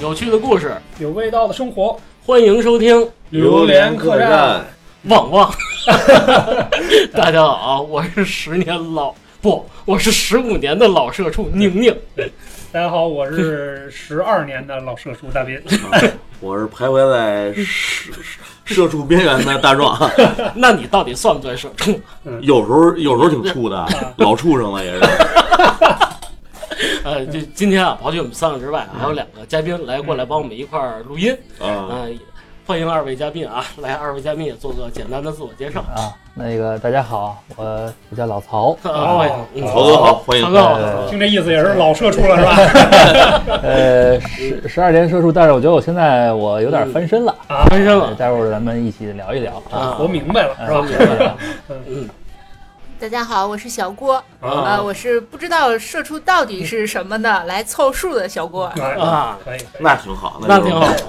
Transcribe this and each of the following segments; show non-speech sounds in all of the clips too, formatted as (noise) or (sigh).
有趣的故事，有味道的生活，欢迎收听榴莲客栈。栈，旺旺。 (laughs) 大家好啊，我是十年老不，我是十五年的老社嗯畜宁宁。大家好，我 (laughs) 是十二年的老社畜大斌。我是徘徊在社社畜边缘的大壮，那你到底算不算社畜？有时候有时候挺畜的，老畜生了也是。呃，就今天啊，刨去我们三个之外，嗯还有两个嘉宾来过来帮我们一块儿录音。啊，呃，欢迎二位嘉宾啊，来，二位嘉宾也做个简单的自我介绍。啊，那个大家好，我我叫老曹，啊，欢迎嗯曹哥哦好，欢迎曹。哥好，呃听这意思也是老社畜了，是吧？呃，十十二年社畜，但是我觉得我现在我有点翻身了，呃啊，翻身了待会儿咱们一起聊一聊啊，啊我明白了，嗯是哎吧？明白了大家好，我是小郭，啊哎呃，我是不知道社畜到底是什么的，来凑数的小郭。哎啊，啊，可以，可以那挺好，那挺好就是，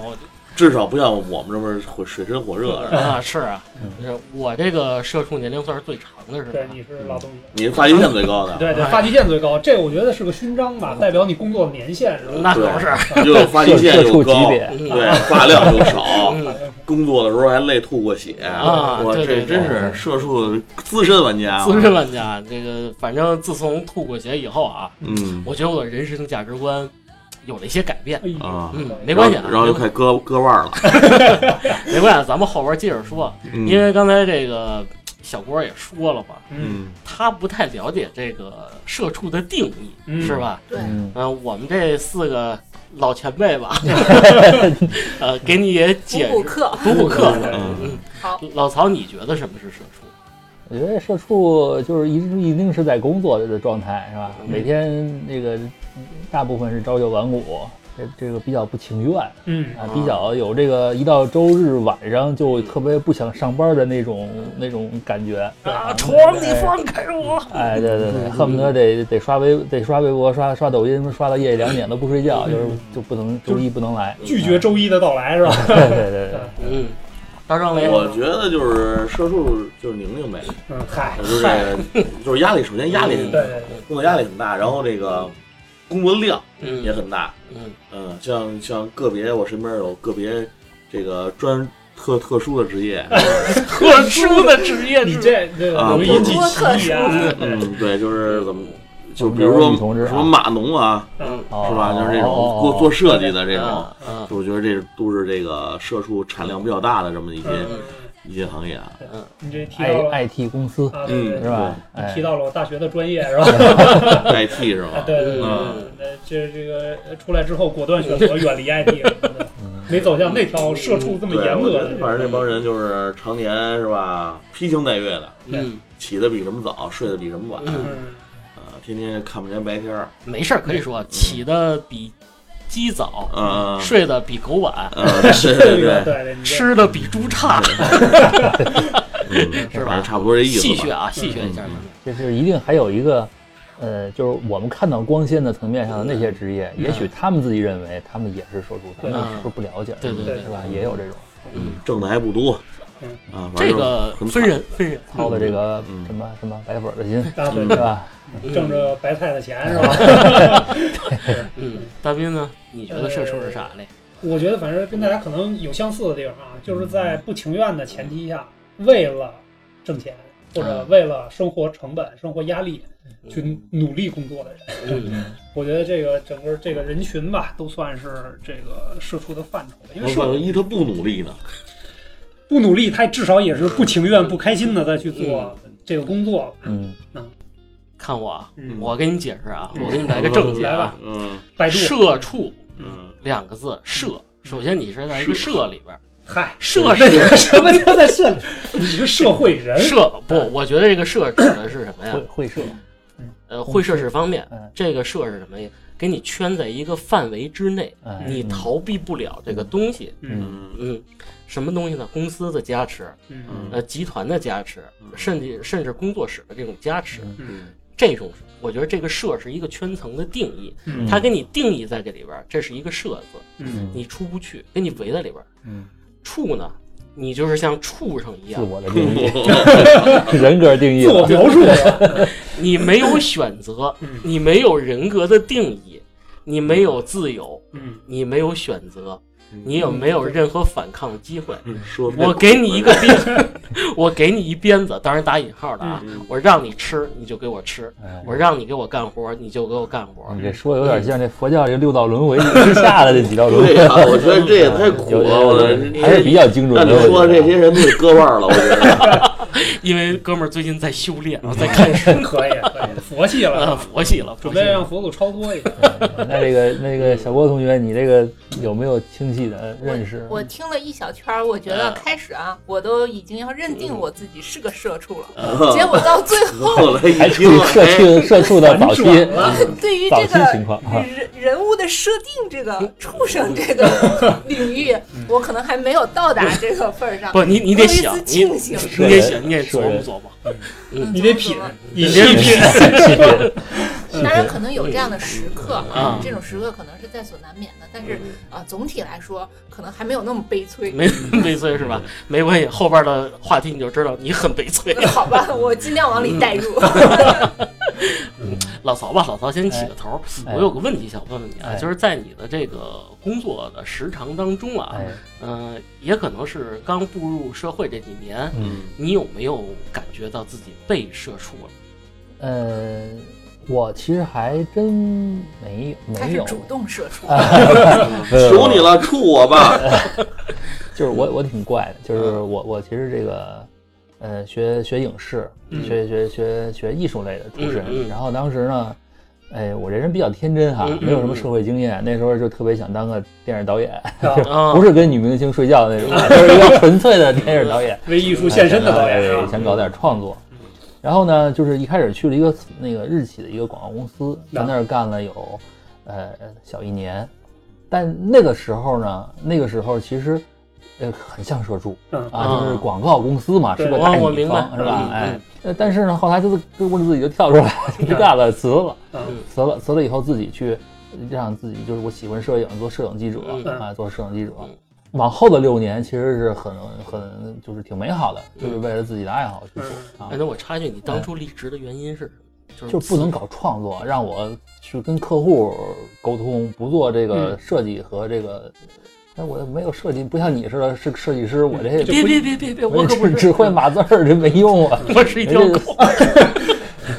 至少不像我们这么火水深火热。是吧嗯啊，是啊，就是我这个社畜年龄算是最长的，是对，吧？你是老东西。你是发际线最高的，对对，发际线最高，这我觉得是个勋章吧，代表你工作的年限是吧？那可不是，又有发际社线社又畜级高，别，嗯对，发量又少，嗯，工作的时候还累吐过血。啊我对这对对真是社畜资深玩家。啊资深玩家，这个反正自从吐过血以后啊，嗯我觉得我的人生价值观有了一些改变。哎呦，啊，嗯，没关系啊，然后然后就快割割腕了。没关系，咱们后边接着说。嗯因为刚才这个小郭也说了嘛，嗯嗯他不太了解这个社畜的定义，嗯是吧？对，嗯，嗯、我们这四个老前辈 (laughs) 吧，呃，给你也补解补释课，补补课。嗯好，老曹，你觉得什么是社畜？我觉得社畜就是一直一定是在工作的状态是吧？嗯每天那个大部分是朝九晚五，这这个比较不情愿啊，嗯啊比较有这个一到周日晚上就特别不想上班的那种那种感觉啊，嗯床你哎放开我！哎，对对对，恨不得得得刷微得刷微博、刷刷抖音，刷到夜里两点都不睡觉，就是就不能周一不能来，拒绝周一的到来是吧？对对对对，嗯，大哎壮雷，我觉得就是社畜就是宁宁呗，嗯，嗨就是嗨，这个 (laughs) 就是压力，首先压力对很大，对对，工作压力很大，然后这个工作量嗯也很大。嗯嗯，像像个别我身边有个别这个专特特殊的职 (laughs) 业，特殊的职业，你这这啊容易不记多特忆啊，嗯，对，就是怎么就我们比如这儿有说女同志啊什么码农啊，嗯哦是吧？就是这种哦做做设计的这种。啊啊我觉得这都是这个社畜产量比较大的这么一些、嗯，一些行业啊， (laughs) 你这提到了，I I T 公司啊，对对是对，吧？你哎提，到了我大学的专业是吧？代替是啊，吧？对对对，嗯那这这个呃出来之后果断选嗯择远离 IT，对没走向那条社畜这么对，严我觉格得反正的。这帮人就是常年是吧，披星戴月的，嗯，起得比什么早，睡得比什么晚，嗯嗯，啊，天天看不见白天儿，没事儿可以说，起的比鸡早，嗯睡得比狗晚，呃，是，这对个 (laughs) 对，对对，你这吃的比猪差，嗯，是吧反正差不多这意戏思谑吧。啊，戏谑一下嗯。这就是一定还有一个。呃，就是我们看到光鲜的层面上的那些职业，也许他们自己认为他们也是社畜，咱们是不是不了解？对对对是吧？也有这种嗯，挣的还不多嗯，啊，反正这个很惨分人分人，操的这个嗯什么什么白粉的心，啊对是对，吧？挣着白菜的钱是吧？嗯，大斌呢？你觉得社畜是啥嘞？ (laughs) 我觉得反正跟大家可能有相似的地方啊，就是在不情愿的前提下，为了挣钱或者嗯为了生活成本、生活压力去努力工作的人，嗯我觉得这个整个这个人群吧，都算是这个社畜的范畴，因我为反社正一他不努力呢，不努力，他至少也是不情愿、不开心的再去做这个工作。嗯，看我啊，嗯，我给你解释啊，嗯我给你来个正解来啊吧，嗯百度，社畜嗯，两个字，社，首先你是在一个社里边儿，嗨，社那是 (laughs) 个什么叫在社里？你是社会人，社不，我觉得这个社指的是什么呀会？会社，呃，会社是方面嗯，这个社是什么呀？给你圈在一个范围之内，哎你嗯逃避不了这个东西。嗯嗯嗯，什么东西呢？公司的加持，嗯呃，集团的加持，甚至甚至工作室的这种加持，嗯嗯这种我觉得这个社是一个圈层的定义，嗯它给你定义在这里边儿，这是一个社字，嗯你出不去，给你围在里边儿。嗯处呢，你就是像畜生一自样，我的定义，人格定义自了，我描述，你没有选择嗯，你没有人格的定义，你没有自由，嗯，你没有选择，嗯你也没有任何反抗的机会。嗯说我给你一个鞭，我给你一鞭子，当然打引号的啊嗯。我让你吃，你就给我吃；哎嗯我让你给我干活，你就给我干活你。这说有点像这佛教这六道轮回之下的这几道轮对回，呀，我觉得这也太苦 (laughs) 有了，我有有还是比较精准那的。你说我觉这得啊些人都得割腕儿了，我觉得。因为哥们儿最近在修炼，啊，在看书，可以可以，佛系啊了，佛系了，嗯佛准系备啊了。让佛祖超脱一下。那这个那个小郭同学，你这个有没有清晰的认识？我听了一小圈儿，我觉得嗯开始啊，我都已经要认定我自己是个社畜了。嗯结果到最 (laughs) 后，后来一还处听于，社哎，畜社畜的早期反转了 (laughs) 对于早这期个情况啊，人人物的设定这个畜生这个领域，我可能还没有到达这个份儿上。不，你你得想我有一丝，你庆幸你得想，你得琢是磨人琢磨。嗯啊你得品，你是这是品 (laughs) 是 (laughs) 是当然可能有这样的时刻啊啊，这种时刻可能是在所难免的，但是啊，总体来说可能还没有那么悲催。 (laughs) 没悲催是吧？没关系，后边的话题你就知道你很悲催。 (laughs) 好吧，我尽量往里带入。 (laughs) 老曹吧，老曹先起个头。哎我有个问题想问问你啊，哎就是在你的这个工作的时长当中啊，哎，嗯、也可能是刚步入社会这几年，嗯你有没有感觉到自己被社畜了？呃，我其实还真没有他没是有，啊主动射出，求你了，处我吧。 (laughs) 就是我我挺怪的，就是嗯我我其实这个，呃，学学影视，嗯学学学学艺术类的出身，嗯嗯然后当时呢，哎，我这人比较天真哈，嗯嗯没有什么社会经验，那时候就特别想当个电影导演，啊，不是跟女明星睡觉 (laughs) 的那种，就是一个纯粹的电影导演，为艺术献身的导演啊是哎吧？想搞点创作。然后呢，就是一开始去了一个那个日企的一个广告公司，嗯在那儿干了有呃小一年，但那个时候呢，那个时候其实呃很像社畜嗯啊，就是嗯广告公司嘛，对是个大哦我乙明白方是吧嗯？哎嗯，呃但是呢，后来就是就我自己就跳出来 (laughs) 就不干了，辞了哎嗯，辞了，辞了以后自己去让自己就是我喜欢摄影，做摄影记者嗯啊，做摄影记者嗯。往后的六年其实是很很就是挺美好的，就是为了自己的爱好嗯去做啊嗯哎，，那我插一句，你当初离职的原因是什么？就是不能搞创作，让我去跟客户沟通，不做嗯这个设计和这个。但我没有设计，不像你似的，是设计师，我这别别别别别，嗯我我可不只是只会码字儿，这没用啊。 (laughs) 我是一条狗。 (laughs)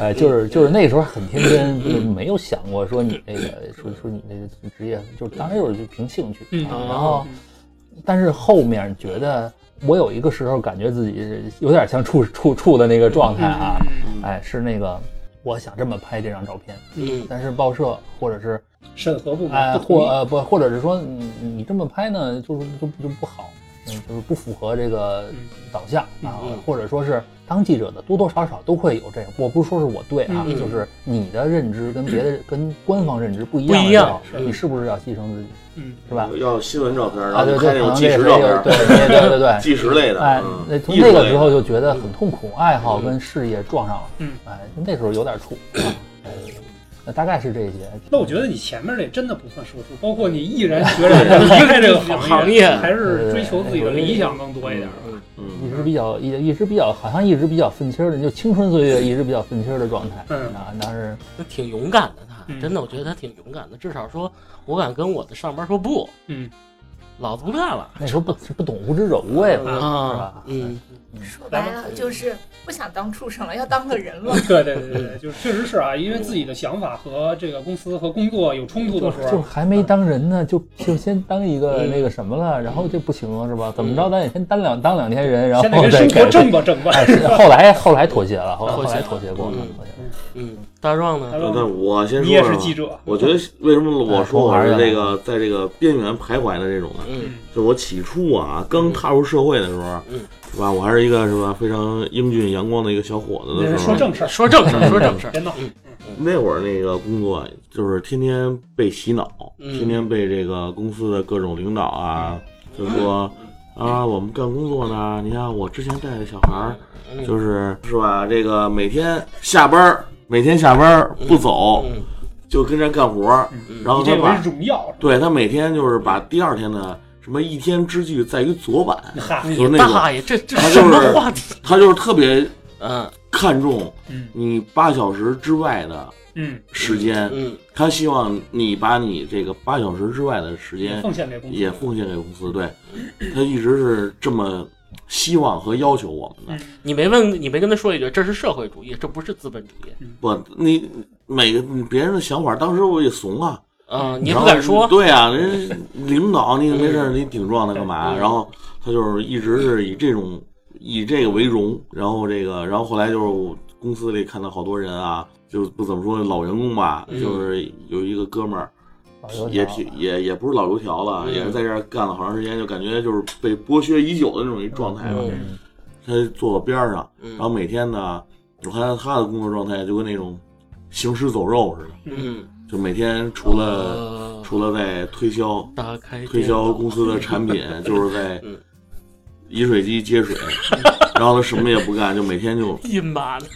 哎，就是就是那时候很天真，就没有想过说你那个说说你那个职业，就是当时就是凭兴趣。嗯啊然后，但是后面觉得我有一个时候感觉自己是有点像处处处的那个嗯状态啊，哎，是那个我想这么拍这张照片，嗯但是报社或者是审核部哎门不或同意，呃不或者是说你你这么拍呢，就是就就不好，嗯，就是不符合这个嗯导向啊嗯嗯，或者说是当记者的多多少少都会有这个，我不是说是我对啊，嗯嗯就是你的认知跟别的跟官方认知不一不样一的时样候，你是不是要牺牲自己，嗯是吧？要新闻照片，然啊，后对拍那对，可种能纪这实个照也有片，对对对 (laughs) 对对，纪实类的，哎嗯，那从艺术那个类时的候就觉得很痛苦，爱好跟事业撞上了，嗯，哎，那时候有点怵，呃那大概是这些。那我觉得你前面这真的不算社畜，包括你毅然决 (laughs) 然地离开这个行行业还是追求自己的理想更多一点。嗯一嗯，直比较一一直比较好像一直比较愤青儿的，就青春岁月一直比较愤青儿的状态。嗯啊，但是那挺勇敢的他，嗯真的，我觉得他挺勇敢的。至少说，我敢跟我的上班说不，嗯，老子不干了。那时候不不懂无知者无畏嘛，是啊吧，嗯，说白了就是不想当畜生了，要当个人了。嗯对对对对对，就是确实是啊，因为自己的想法和这个公司和工作有冲突就的时就候，还没当人呢，就就先当一个嗯那个什么了，然后这不行了是吧？怎么着，咱也先当两当两天人，然后现在跟再生改活。正吧正吧。哎，是后来后来妥协了，后来妥后协来妥协过了嗯，妥协过嗯，大壮呢？那我先你说也说是吧记者，我觉得为什么我说我哎是红孩儿这呀个在这个边缘徘徊的这种呢？啊嗯就我起初啊，刚踏入社会的时候，嗯是吧？我还是一个是吧非常英俊阳光的一个小伙子那的是时说，候正事儿，说正事儿，说正事儿。别闹。那会儿那个工作就是天天被洗脑，嗯天天被这个公司的各种领导啊，就说啊，我们干工作呢，你看我之前带的小孩儿，嗯啊就是是吧？这个每天下班儿，每天下班儿不走，嗯就跟这儿干活儿，然后你这他有把一荣耀，对他每天就是把第二天的什么一天之计在于昨晚，嗨，就是你那种大爷，这这他什就是么话题？他就是特别嗯看重嗯你八小时之外的嗯，时间，嗯他希望你把你这个八小时之外的时间奉献给公司，也奉献给公司。对，他一直是这么希望和要求我们的。嗯你没问，你没跟他说一句，这是社会主义，这不是资本主义不，你每个别人的想法，当时我也怂啊，啊、你也不敢然后说，对啊，人家领导你没事儿你顶撞他干嘛？嗯然后他就是一直是以这种以这个为荣，然后这个，然后后来就是我公司里看到好多人啊，就不怎么说老员工吧，嗯就是有一个哥们儿老油条也挺也也不是老油条了，嗯也是在这儿干了好长时间，就感觉就是被剥削已久的那种一状态吧。嗯他坐我边儿上，然后嗯每天呢，我看他的工作状态就跟那种行尸走肉似的，嗯，就每天除了、呃除了在推销。打开推销公司，司的产 (laughs) 品，就是在嗯饮水机 (laughs) 接水，然后他什么也不干，就每天就一妈的，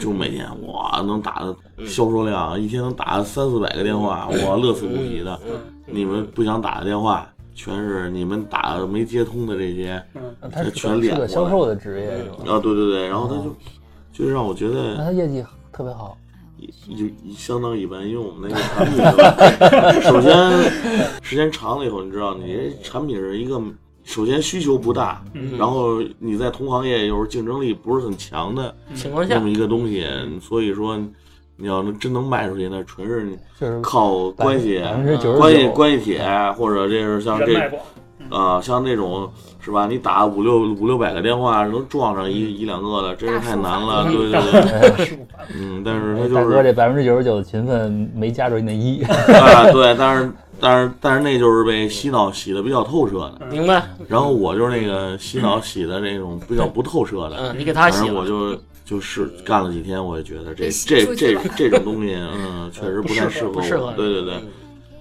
就每天哇，能打的销售量一天能打三四百个电话，我乐此不疲的。嗯你们不想打的电话，全是你们打的没接通的这些嗯嗯他是全个是脸个过销来售的职业是吧？嗯啊，对对对，然后他哦就就让我觉那得他业绩特别好，有相当一般，因为我们那个产品吧，首先时间长了以后，你知道，你这产品是一个首先需求不大，嗯然后你在同行业有时候竞争力不是很强的情况那下么一个东西，所以说你要能真能卖出去，那纯是你就是靠关系、啊百分之九关十系、九，关系铁，或者这是像人这脉广，啊、像这种是吧？你打五六五六百个电话能撞上一一两个的，真是太难了。大 (laughs) 对对对，是吧嗯，但是他哎大就哥是这百分之九十九的勤奋没加着你的一，啊，对，但是但是但是那就是被洗脑洗的比较透彻的，明白，然后我就是那个洗脑洗的那种比较不透彻的，嗯嗯，你给他反写正我了，就就是干了几天，我也觉得这被洗这出这去 (laughs) 这种东西， (laughs) 嗯，确实不太适适合合不适合我。你，对对对嗯，，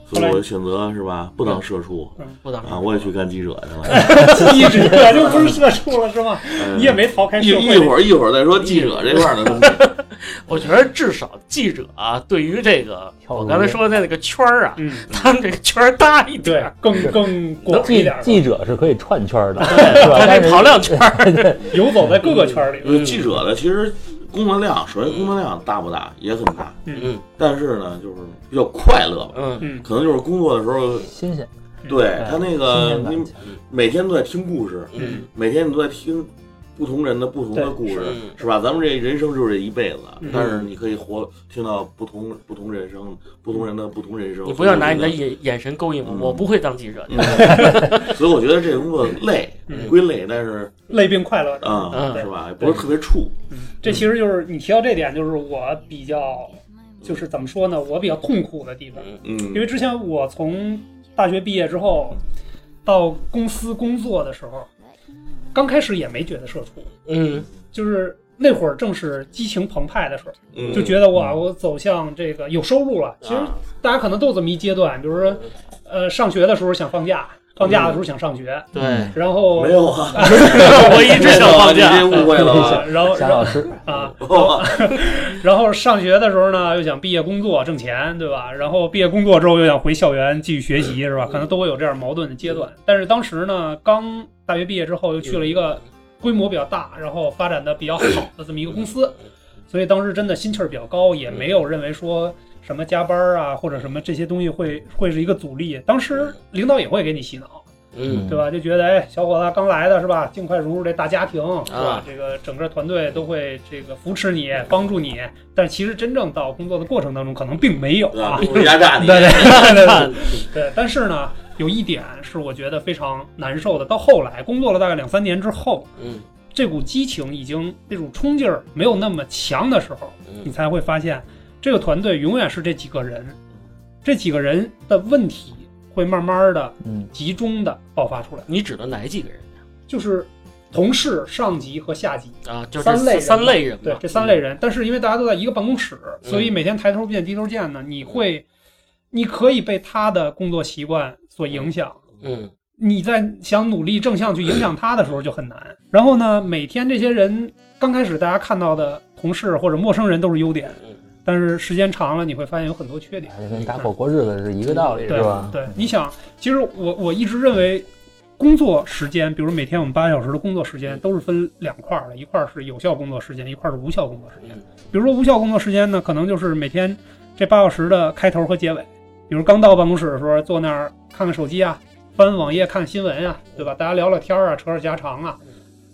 所以后来我选择是吧，不当社畜不当啊，我也去干记者 (laughs) 去了。哎一直来就不是社畜了是吗？你也没逃开一社会一会儿一会儿再说记者这块儿的 (laughs) 东西。我觉得至少记者啊，对于这个跳我楼刚才说的那个圈儿啊， (laughs) 嗯，他们这个圈儿大一点对儿，，更更广一记点儿，记者是可以串 (laughs) 圈儿的，是吧？他但可以是跑两圈儿，游走在各个圈儿里。因为记者的其实工作量，首先工作量大不大也很大，嗯但是呢，就是比较快乐吧。嗯嗯可能就是工作的时候，新鲜，对他那个新呃鲜感嗯你强。每天都在听故事，嗯每天你都在听不同人的不同的对故事是，是吧？咱们这人生就是这一辈子，嗯但是你可以活听到不同不同人生、不同人的不同人生。你不要拿你的所以我觉眼眼神勾引我，嗯我不会当记者的。得，嗯所以我觉得这个工作累嗯归累，但是累并快乐着。啊、嗯是吧？也不是特别怵。这其实就是你提到这点，就是我比较，就是怎么说呢，我比较痛苦的地方，嗯因为之前我从大学毕业之后到公司工作的时候，刚开始也没觉得社畜，嗯就是那会儿正是激情澎湃的时候，嗯就觉得哇，我走向这个有收入了。其实啊大家可能都有这么一阶段，比如说，呃，上学的时候想放假，放假的时候想上学，对， (laughs) 嗯然后没有啊，我一直想放假没。有啊你这误会 (laughs) 了吧？然后夏然后老师，啊，哦然后上学的时候呢，又想毕业工作挣钱，对吧？然后毕业工作之后又想回校园继续学习，是嗯吧？可能都会有这样矛盾的阶段。但是当时呢，刚大学毕业之后，又去了一个规模比较大，然后发展的比较好的这么一个公嗯司，所以当时真的心气儿比较高，也没有认为说什么加班啊或者什么这些东西会会是一个阻力。当时领导也会给你洗脑，嗯对吧？就觉得哎，小伙子刚来的是吧？尽快融入这大家庭，是吧？啊这个整个团队都会这个扶持你、帮助你，但其实真正到工作的过程当中，可能并没有对吧啊。不是压榨你对，对对对对 (laughs) 看对，但是呢，有一点是我觉得非常难受的。到后来工作了大概两三年之后，嗯这股激情已经那种冲劲儿没有那么强的时候，你嗯才会发现这个团队永远是这几个人，这几个人的问题会慢慢的嗯，集中的爆发出来。你指的哪几个人就是同事、上级和下级，啊？就三是类人三类人嘛，对这三类人。但是因为大家都在一个办公室，所以每天抬头不见低头见呢，你会，你可以被他的工作习惯所影响。嗯。你在想努力正向去影响他的时候就很难。然后呢，每天这些人刚开始大家看到的同事或者陌生人都是优点，嗯但是时间长了你会发现有很多缺点。就跟打火锅日子是一个道理，对是吧？对，你想，其实我我一直认为工作时间，比如每天我们八小时的工作时间，都是分两块儿的，一块儿是有效工作时间，一块儿是无效工作时间。嗯比如说无效工作时间呢，可能就是每天这八小时的开头和结尾，比如刚到办公室的时候，坐那儿看看手机啊，翻网页看新闻啊，对吧？大家聊聊天儿啊，扯扯家常啊。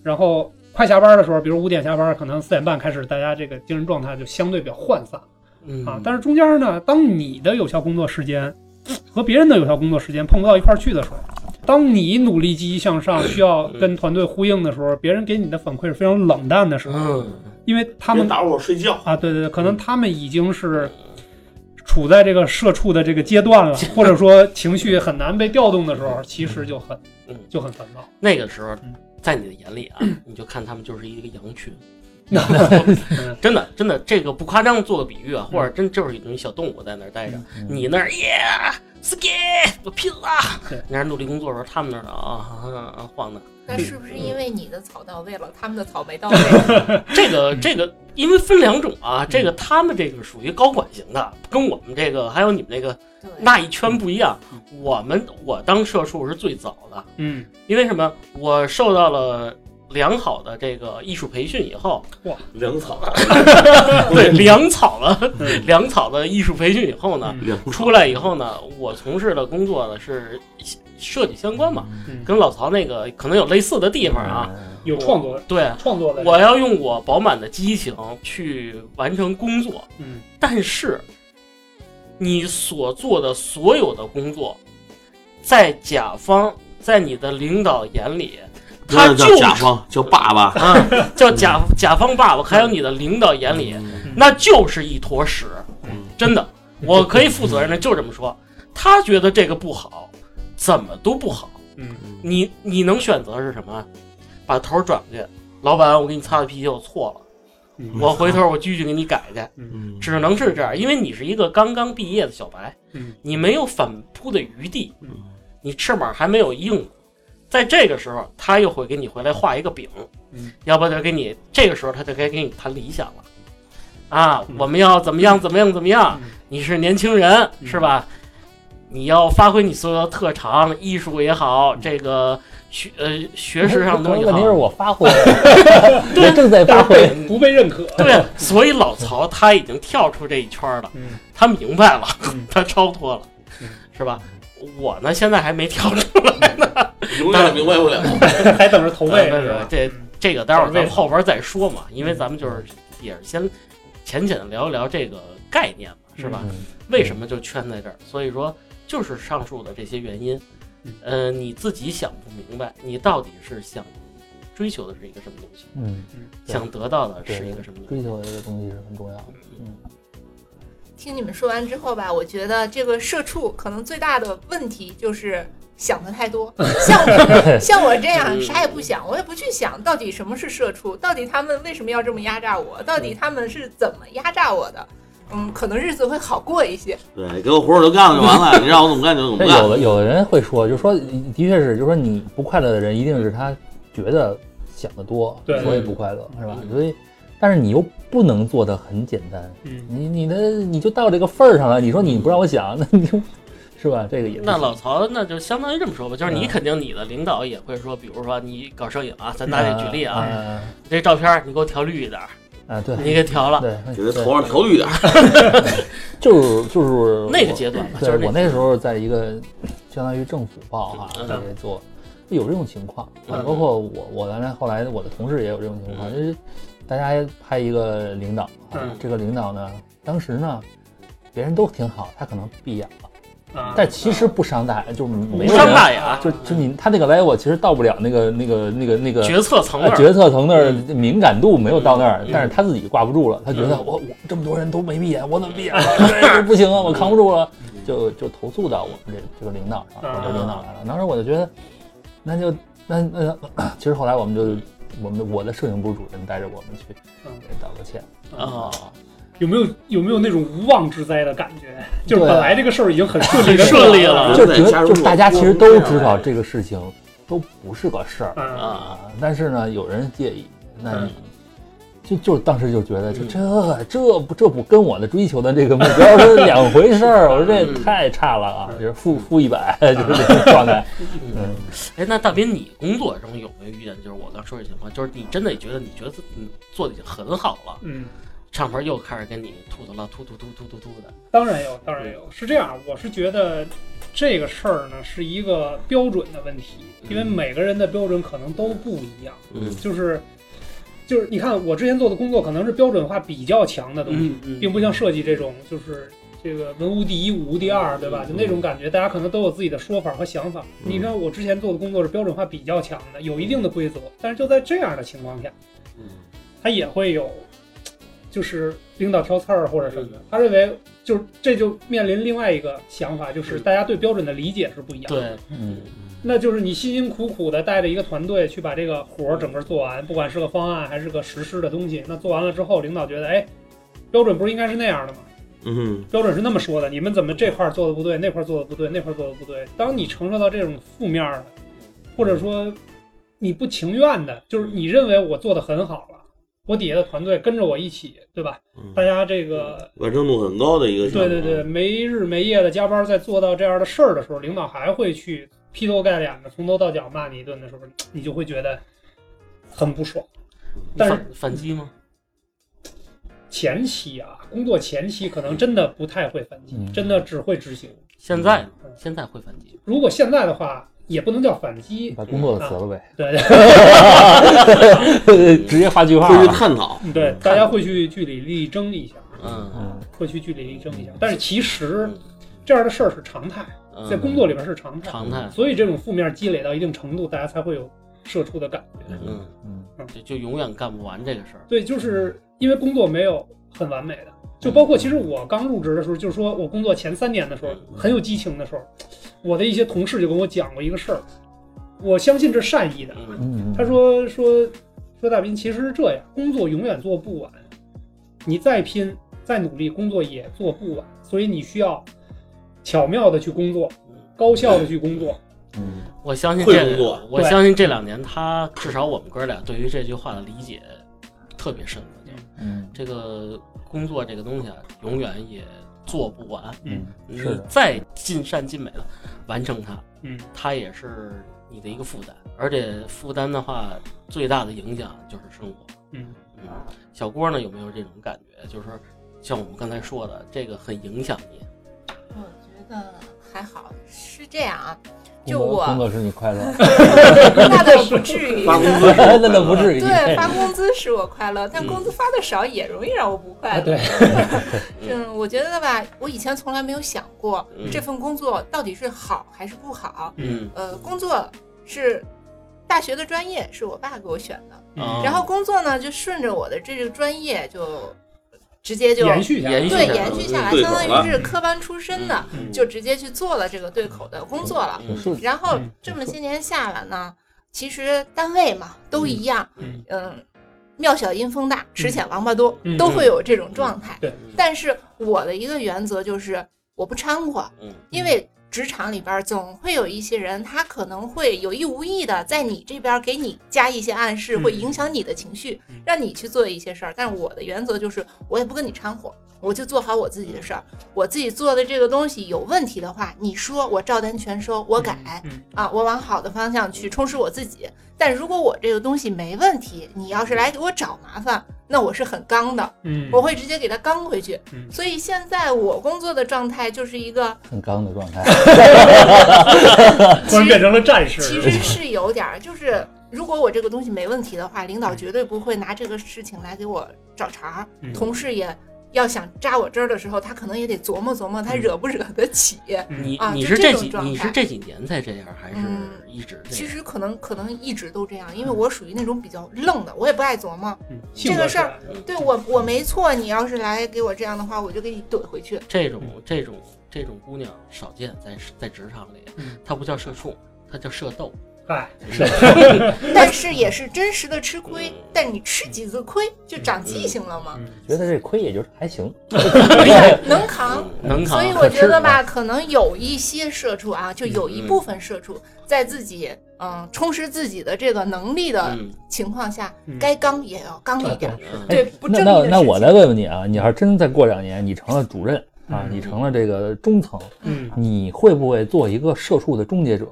然后快下班的时候，比如五点下班，可能四点半开始，大家这个精神状态就相对比较涣散。嗯啊，但是中间呢，当你的有效工作时间 (sniffs) 和别人的有效工作时间碰不到一块儿去的时候，当你努力积极向上，需要跟团队呼应的时候，别人给你的反馈是非常冷淡的时候，嗯，因为他别们打扰我睡觉。啊，对对对，可能他们已经是处在这个社畜的这个阶段了，或者说情绪很难被调动的时候，其实就很嗯就很烦躁。那个时候嗯，在你的眼里啊，你就看他们就是一个羊 (laughs) 群嗯，真的真的，这个不夸张做个比喻啊，或者真就是一小动物在那儿待着，嗯你那儿耶，ski，我拼了！对你那儿努力工作的时候，他们那儿呢啊啊啊晃荡。那是不是因为你的草到位了，他们的草没到位？这个嗯这个，因为分两种啊，这个他们这个属于高管型的，跟我们这个还有你们这个对，那一圈不一样。我们我当社畜是最早的，嗯，因为什么？我受到了。良好的这个艺术培训以后，粮草，嗯对嗯粮草了 (laughs) 嗯粮草的艺术培训以后呢，粮草出来以后呢，我从事的工作呢是设计相关嘛，嗯跟老曹那个可能有类似的地方啊。，嗯有创作嗯对，创作的，我要用我饱满的激情去完成工作，嗯但是你所做的所有的工作，在甲方，在你的领导眼里，不他要就叫 (laughs) 甲是方，叫爸爸。啊，叫甲甲方爸爸，还有你的领导眼里，嗯那就是一坨屎嗯，真的，我可以负责任的就这么说，他觉得这个不好，怎么都不好。嗯嗯你你能选择是什么？把头转过去，老板，我给你擦擦脾气，我错了。嗯我回头我继续给你改去，嗯只能是这样，因为你是一个刚刚毕业的小白，嗯你没有反扑的余地嗯，你翅膀还没有硬，在这个时候他又会给你回来画一个饼嗯，要不就给你这个时候他就该给你谈理想了，啊嗯，我们要怎么样怎么样怎么样，嗯你是年轻人嗯是吧？你要发挥你所有的特长，艺术也嗯好，这个学呃哎学识上的东西也啊问题是好，我发挥了， (laughs) 我正在发但是挥。被不被认可？对，所以老曹他已经跳出这一圈了。嗯 (laughs) 他明白了 (laughs) 嗯，他超脱了嗯，是吧？我呢，现在还没跳出永远明白不了。还等着投喂呃是吧？这这个，待会儿咱为们什么后边再说嘛，因为咱们就是也是先浅浅的聊一聊这个概念嘛，是吧？嗯为什么就圈在这儿？所以说，就是上述的这些原因嗯，呃，你自己想不明白，你到底是想追求的是一个什么东西，嗯，对想得到的是对一个什么东西？追求的这个东西是很重要的。嗯，听你们说完之后吧，我觉得这个社畜可能最大的问题就是想的太多。像 (laughs) (laughs) 我像我这样嗯啥也不想，我也不去想到底什么是社畜，到底他们为什么要这么压榨我，到底他们是怎么压榨我的。嗯，可能日子会好过一些。对，给我活儿我就干了就完了，你让我怎么干就怎么但干有。的有的人会说，就说的确是，就说你不快乐的人，一定是他觉得想的多，对所以不快乐，是吧？嗯所以，但是你又不能做的很简单，嗯你你的你就到这个份儿上了，你说你不让我想， (laughs) 那你就是吧？这个也不那行老曹，那就相当于这么说吧，就是你嗯肯定你的领导也会说，比如说你搞摄影啊，咱拿这举例啊，啊你这照片儿你给我调绿一点儿，啊，对你给调了，对，给他对头上调绿点儿，就是就是那个我阶段吧，就对是我那那时候在一个相当于政府报哈嗯在这做，有这种情况，啊嗯包括我我原来后来我的同事也有这种情况，嗯就是大家拍一个领导，啊嗯这个领导呢，当时呢。别人都挺好，他可能闭眼了，啊，但其实不伤大，就是没有嗯伤人大雅就就你他那个 level 其实到不了那个那个那个那个决策层面呃儿，决策层那儿敏感度没有到那儿嗯，但是他自己挂不住了，他觉得嗯我我这么多人都没闭眼，我怎么闭眼了？ (laughs) 哎不行啊，我扛不住了，嗯就就投诉到我们这这个领导上，啊我这领导来了。当时我就觉得，那就那那， (coughs) 其实后来我们就我们我的摄影部主任带着我们去嗯给道个歉啊，有没有有没有那种无妄之灾的感觉？就是对本来这个事儿已经很顺利很的，顺利嗯 (laughs) 啊了就对觉加得入就是大家其实都知道嗯这个事情都不是个事儿嗯啊，啊，但是呢有人介意，那你就就当时就觉得，就这这不这不跟我的追求的这个目标是两回事儿，我说这太差了啊！就是负负一百， (laughs) 就是这个状态。嗯，哎，那大斌，你工作中有没有遇见就是我刚说这情况，就是你真的觉得你觉得自你做的已经很好了，嗯，上边又开始跟你吐槽了，吐吐吐吐吐吐的，当然有，当然有。是这样，我是觉得这个事儿呢是一个标准的问题，因为嗯每个人的标准可能都不一样。嗯就是就是，你看我之前做的工作可能是标准化比较强的东西，嗯嗯，并不像设计这种就是。这个文无第一，武无第嗯二，对吧？就那种感觉，大家可能都有自己的说法和想法。嗯你看我之前做的工作是标准化比较强的，有一定的规则，但是就在这样的情况下，嗯他也会有，就是领导挑刺儿或者什么的。他认为就是这就面临另外一个想法，就是嗯大家对标准的理解是不一样的。对，嗯，那就是你辛辛苦苦的带着一个团队去把这个活儿整个做完，不管是个方案还是个实施的东西，那做完了之后，领导觉得，哎，标准不是应该是那样的吗？嗯标准是那么说的，你们怎么这块儿做的不对，那块儿做的不对，那块儿做的不对？当你承受到这种负面儿的，或者说你不情愿的，就是你认为我做的很好了，我底下的团队跟着我一起，对吧？嗯，大家这个完成度很高的一个项对目，对对，，没日没夜的加班，在做到这样的事儿的时候，领导还会去劈头盖脸的从头到脚骂你一顿的时候，你就会觉得很不爽。但是反反击吗？前期啊，工作前期可能真的不太会反击，嗯真的只会执行。现在呢嗯现在会反击，如果现在的话，也不能叫反击，把工作辞了呗，对 (laughs) (laughs) 直接画句啊号会去 (laughs) 了。探讨，对，大家会去据理力争一下，嗯，嗯，会去据理力争一下。但是其实嗯这样的事儿是常态，嗯在工作里边是常态，常态，所以这种负面积累到一定程度，大家才会有社畜的感觉。嗯，嗯就就永远干不完这个事儿，对，就是因为工作没有很完美的，就包括其实我刚入职的时候，就是说我工作前三年的时候，很有激情的时候，我的一些同事就跟我讲过一个事儿，我相信这是善意的，嗯嗯，他说说说大斌，其实是这样，工作永远做不完，你再拼再努力，工作也做不完，所以你需要巧妙的去工作，高效的去工作。嗯，我相信会这工作我对相信这两年他至少我们哥俩对于这句话的理解特别深了，就嗯这个工作这个东西啊，永远也做不完，嗯，你是的，再尽善尽美的完成它，嗯，它也是你的一个负担，而且负担的话，最大的影响就是生活。嗯嗯，小郭呢有没有这种感觉？就是像我们刚才说的，这个很影响你。我觉得还好，是这样 (laughs) 啊，工就作工我作使你快乐， (laughs) 那倒不至于。发工资，那倒不至于。 (laughs) 对，发工资使我快乐，但工资发的少也容易让我不快啊乐。对，嗯，我觉得吧，我以前从来没有想过嗯这份工作到底是好还是不好。嗯呃，工作是大学的专业，是我爸给我选的，嗯然后工作呢就顺着我的这个专业就直接就延续下来，延续对下来延续下来，对口相了当于是科班出身的，嗯 (laughs) 就直接去做了这个对口的工作了。挺顺然后嗯这么些年下来呢，其实单位嘛都一样，嗯嗯，庙小阴风大，池浅王八多，嗯都会有这种状态。对但是我的一个原则就是我不掺和，嗯因为职场里边总会有一些人，他可能会有意无意的在你这边给你加一些暗示，嗯会影响你的情绪嗯，让你去做一些事儿。但我的原则就是，我也不跟你掺和，我就做好我自己的事儿。我自己做的这个东西有问题的话，你说我照单全收，我改嗯啊，我往好的方向去充实我自己。但如果我这个东西没问题，你要是来给我找麻烦，那我是很刚的，嗯，我会直接给他刚回去嗯。所以现在我工作的状态就是一个。很刚的状 (laughs) 态。 (laughs) 突然变成了战士。其实是有点儿，就是如果我这个东西没问题的话，领导绝对不会拿这个事情来给我找茬儿。嗯同事也要想扎我针儿的时候，他可能也得琢磨琢磨，嗯他惹不惹得起。你啊你就是这这种几状你态是这几年才这样，还是嗯一直这样？其实可能可能一直都这样，因为我属于那种比较愣的，我也不爱琢磨。嗯这个事儿，性格使然对我我没错，你要是来给我这样的话，我就给你怼回去。这种这种这种姑娘少见，在在职场里嗯，她不叫社畜，她叫社斗。哎， (laughs) 嗯但是也是真实的吃亏，但你吃几次亏就长记性了嘛，嗯觉得这亏也就是还行，能扛。能嗯扛所以。啊嗯我觉得吧，可能有一些社畜啊，就有一部分社畜在自己嗯、嗯充实自己的这个能力的嗯，情况下，嗯该刚也要刚一点儿。嗯对，不那正那义的那事我情再问问你啊，你要是真再过两年你成了主任啊，嗯你成了这个中层，嗯你会不会做一个社畜的终结者？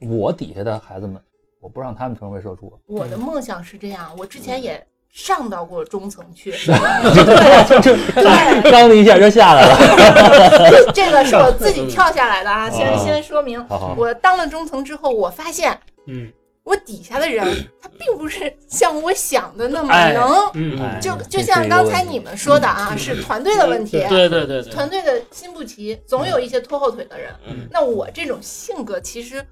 我底下的孩子们，我不让他们成为社畜，我的梦想是这样，我之前也上到过中层去， (laughs) 这刚的一下就下来了。 (laughs) 这个是我自嗯己跳下来的啊。先啊先说明，好好，我当了中层之后，我发现嗯我底下 (clears throat) 的人他并不是像我想的那么哎能，嗯哎就这就是一像个刚问才题嗯你们说的啊，是团队的问题。对对对对，团队的心不齐，总有一些拖后腿的人。嗯那我这种性格，其实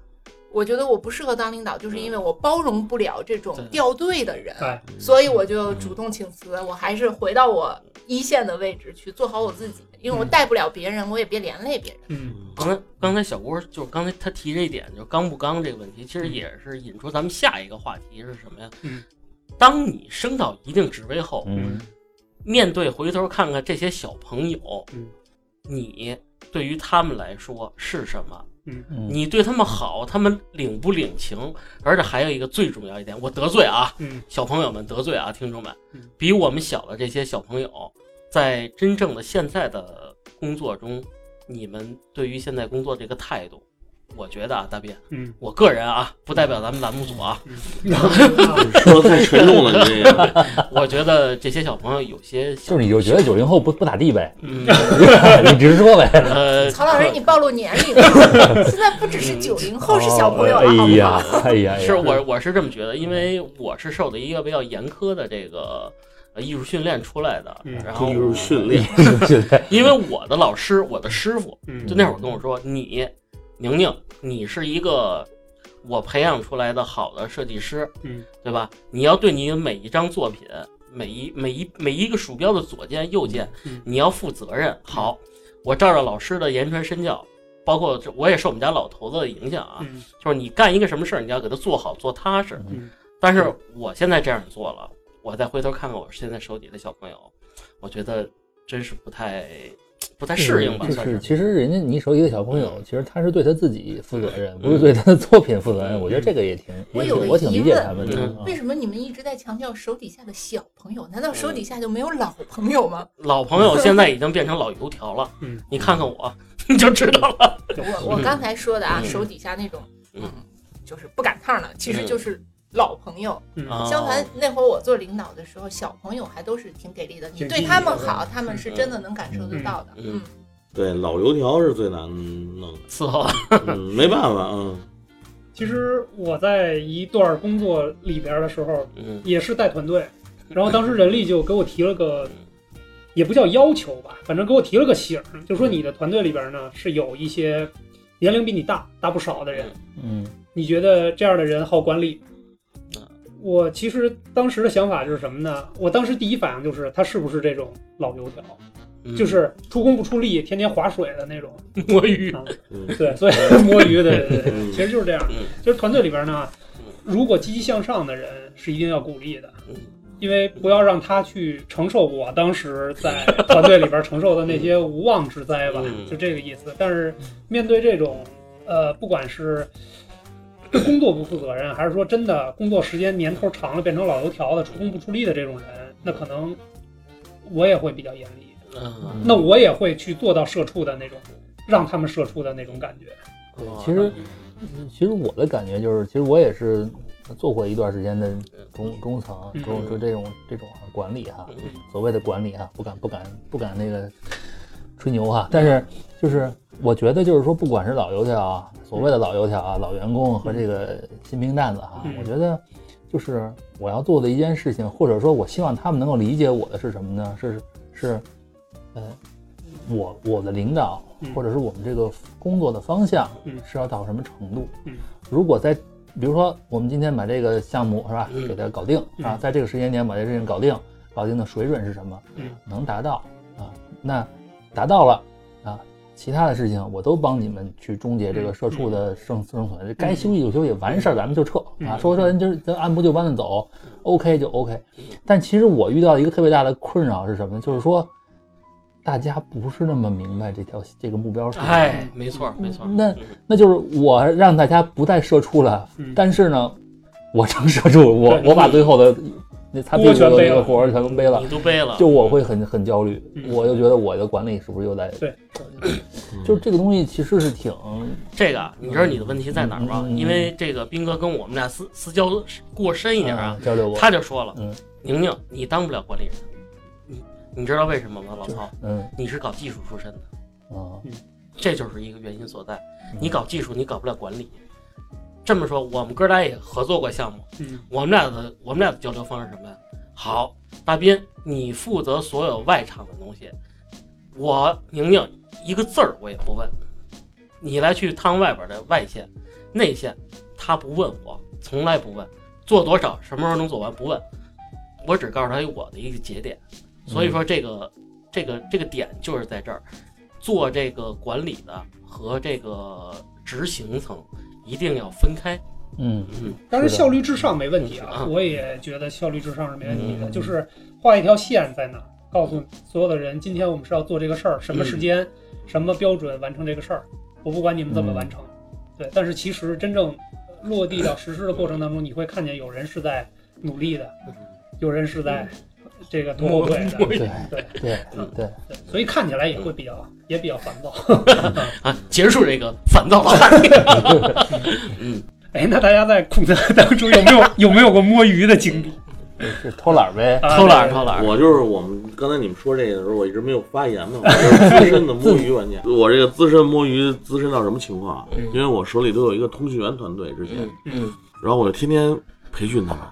我觉得我不适合当领导，就是因为我包容不了这种对掉队的人，哎所以我就嗯主动请辞，我还是回到我一线的位置去做好我自己，嗯因为我带不了别人，我也别连累别人。嗯刚才刚才小郭就是刚才他提这一点，就刚不刚这个问题，其嗯实也是引出咱们下一个话题是什么呀？嗯，当你升到一定职位后，嗯，面对回头看看这些小朋友，嗯你对于他们来说是什么？嗯嗯你对他们好，他们领不领情？而且还有一个最重要一点，我得罪啊，嗯小朋友们得罪啊，听众们嗯，比我们小的这些小朋友，在真正的现在的工作中，你们对于现在工作这个态度，我觉得啊，大斌，嗯，我个人啊，不代表咱们栏目组 (laughs) 啊，啊说的太沉重了，你这个。我觉得这些小朋友有些小就是你就觉得九零后不不咋地 (laughs) 呗，嗯你直说呗。 (laughs) 呃，(laughs) 曹老师，你暴露年龄了，现在不只是九零哦后是小朋友了，好哎不呀好？，哎呀，哎呀是我我是这么觉得，因为我是受的一个比较严苛的这个呃艺术训练出来的嗯，然后这就是训练， (laughs) 现在因为我的老师，我的师傅，嗯就那会儿跟我说，你宁宁，你是一个我培养出来的好的设计师，嗯，对吧？你要对你每一张作品，每一每一每一个鼠标的左键、右键，嗯你要负责任。好，我照着老师的言传身教，包括这我也受我们家老头子的影响啊，嗯就是你干一个什么事儿，你要给他做好、做踏实。嗯但是我现在这样做了，我再回头看看我现在手底的小朋友，我觉得真是不太不太适应吧，就算嗯是是。其实人家你手里的小朋友，其实他是对他自己负责任，不是对他的作品负责任。我觉得这个也挺，我也有挺个我挺疑理解问他们的嗯啊。为什么你们一直在强调手底下的小朋友？难道手底下就没有老朋友吗？老朋友现在已经变成老油条了，嗯，你看看我，你就知道了。我我刚才说的啊，嗯手底下那种，嗯嗯，就是不赶趟了，其实就是老朋友。嗯哦相反，那会儿我做领导的时候，小朋友还都是挺给力的，你挺对积极他们的嗯好，他们是真的能感受得到的。嗯嗯，对老油条是最难弄的，伺候，啊嗯，没办法， (laughs) 嗯，其实我在一段工作里边的时候，嗯也是带团队，然后当时人力就给我提了个，也不叫要求吧，反正给我提了个醒儿，就说你的团队里边呢是有一些年龄比你大大不少的人，嗯你觉得这样的人好管理嗯？我其实当时的想法就是什么呢？我当时第一反应就是他是不是这种老油条，嗯就是出工不出力，天天划水的那 (laughs) 种。摸鱼，啊嗯对，所以 (laughs) 摸鱼的，对对对嗯其实就是这样嗯。就是团队里边呢嗯，如果积极向上的人是一定要鼓励的嗯，因为不要让他去承受我当时在团队里边承受的那些无妄之灾吧嗯，就这个意思。但是面对这种，呃，不管是对工作不负责任，还是说真的工作时间年头长了变成老油条的出工不出力的这种人，那可能我也会比较严厉。嗯，那我也会去做到社畜的那种，让他们社畜的那种感觉。对哦其实其实我的感觉就是，其实我也是做过一段时间的中中层，嗯中就这种这种啊管理哈，嗯所谓的管理哈，不敢不敢不敢那个吹牛哈，但是就是我觉得就是说，不管是老油条啊，所谓的老油条啊，老员工和这个新兵蛋子哈嗯，我觉得就是我要做的一件事情，或者说我希望他们能够理解我的是什么呢？是是，呃，我我的领导嗯或者是我们这个工作的方向嗯是要到什么程度？嗯，如果在比如说我们今天把这个项目是吧，嗯给它搞定啊嗯，在这个时间点把这事情搞定，搞定的水准是什么？嗯，能达到啊，那达到了啊，其他的事情我都帮你们去终结这嗯个社畜的生生存，该休息就休息，完事儿咱们就撤啊，嗯说说咱就是咱按部就班的走，OK 就 OK。但其实我遇到一个特别大的困扰是什么呢？就是说，大家不是那么明白这条这个目标是什么。哎，没错儿没错儿。那嗯那就是我让大家不再社畜了，嗯但是呢，我成社畜，我对我把最后的那擦屁锅股全的背那了个活儿全背了你，都背了，就我会很很焦虑，嗯我就觉得我的管理是不是又在？对，嗯就是这个东西其实是挺这个，啊你知道你的问题在哪儿吗？嗯嗯嗯因为这个斌哥跟我们俩私私交过深一点啊，嗯交流过，他就说了，嗯宁宁，你当不了管理人，你你知道为什么吗？老曹，嗯你是搞技术出身的，啊这就是一个原因所在嗯。你搞技术，你搞不了管理。这么说，我们哥俩也合作过项目，嗯我们俩的我们俩的交流方式是什么呀？好，大斌，你负责所有外场的东西，我宁宁一个字儿我也不问，你来去趟外边的外线、内线，他不问我，从来不问做多少，什么时候能做完不问，我只告诉他我的一个节点。所以说这个、这个这个点就是在这儿，做这个管理的和这个执行层一定要分开。嗯嗯，当然效率至上没问题啊，嗯我也觉得效率至上是没问题的，嗯就是画一条线在那儿，告诉所有的人，今天我们是要做这个事儿，什么嗯时间、什么标准完成这个事儿，我不管你们嗯怎么完成，对。但是其实真正落地到实施的过程当中，你会看见有人是在努力的，嗯有人是在这个拖后腿的，摸对对对嗯对，对，所以看起来也会比较也比较烦躁。啊，结束这个烦 (laughs) 躁的话题。嗯，哎，那大家在空间 (laughs) 当中有没有有没有过摸鱼的经历？是偷懒儿呗，啊嗯偷懒儿偷懒儿。我就是我们刚才你们说这个的时候，我一直没有发言嘛，我就是资深的摸鱼 (laughs) 玩家。我这个资深摸鱼资深到什么情况嗯啊？因为我手里都有一个通讯员团队，之前，嗯嗯，然后我就天天培训他们，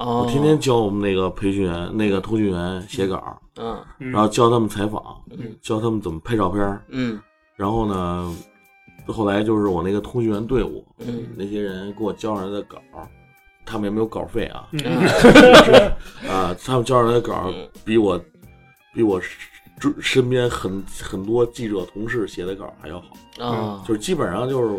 哦我天天教我们那个培训员、那个通讯员写稿，嗯嗯然后教他们采访嗯，教他们怎么拍照片儿。嗯然后呢，后来就是我那个通讯员队伍，嗯那些人给我交上来的稿儿，他们也没有稿费 (laughs) 啊，嗯嗯啊，他们交上来的稿儿嗯比我比我身身边很很多记者同事写的稿儿还要好，啊就是基本上就是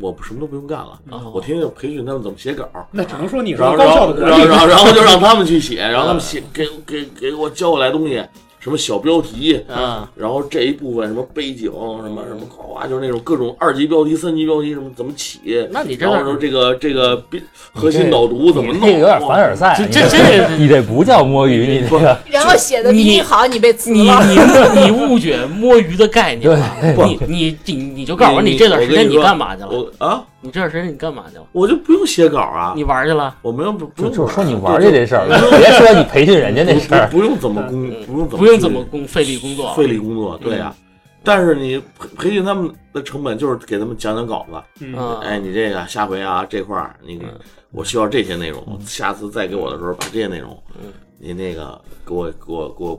我什么都不用干了，哦我天天就培训他们怎么写稿儿。 (laughs) 那只能说你是然后，高然效后，的然管后，理然后，然后就让他们去写，然后他嗯们写给给给我交过来东西，什么小标题，啊然后这一部分什么背景，什么什么，哗，就是那种各种二级标题、三级标题，什么怎么起，那你这然后说段这个这个编核心导读怎么你弄，这个有点凡尔赛，这你这这你这不叫摸鱼，你这个嗯然后写的比你你好，你被辞你了。 (laughs) 你你误解摸鱼的概念了。你你你你就告诉我，你你这段时间我跟你你说干嘛去了？我啊，你这段时间你干嘛去了？我就不用写稿啊你，玩去了？我没有不不用就啊就是说你玩玩儿去这事儿，别说你培训人家那事儿。不不用怎么工，不用嗯怎么不用怎么工费力工作。啊嗯费力工作，对呀。但是你培培训他们的成本就是给他们讲讲稿子，嗯啊，哎，你这个下回啊这块儿，你嗯我需要这些内容，下次再给我的时候把这些内容嗯，你那个给我给我给我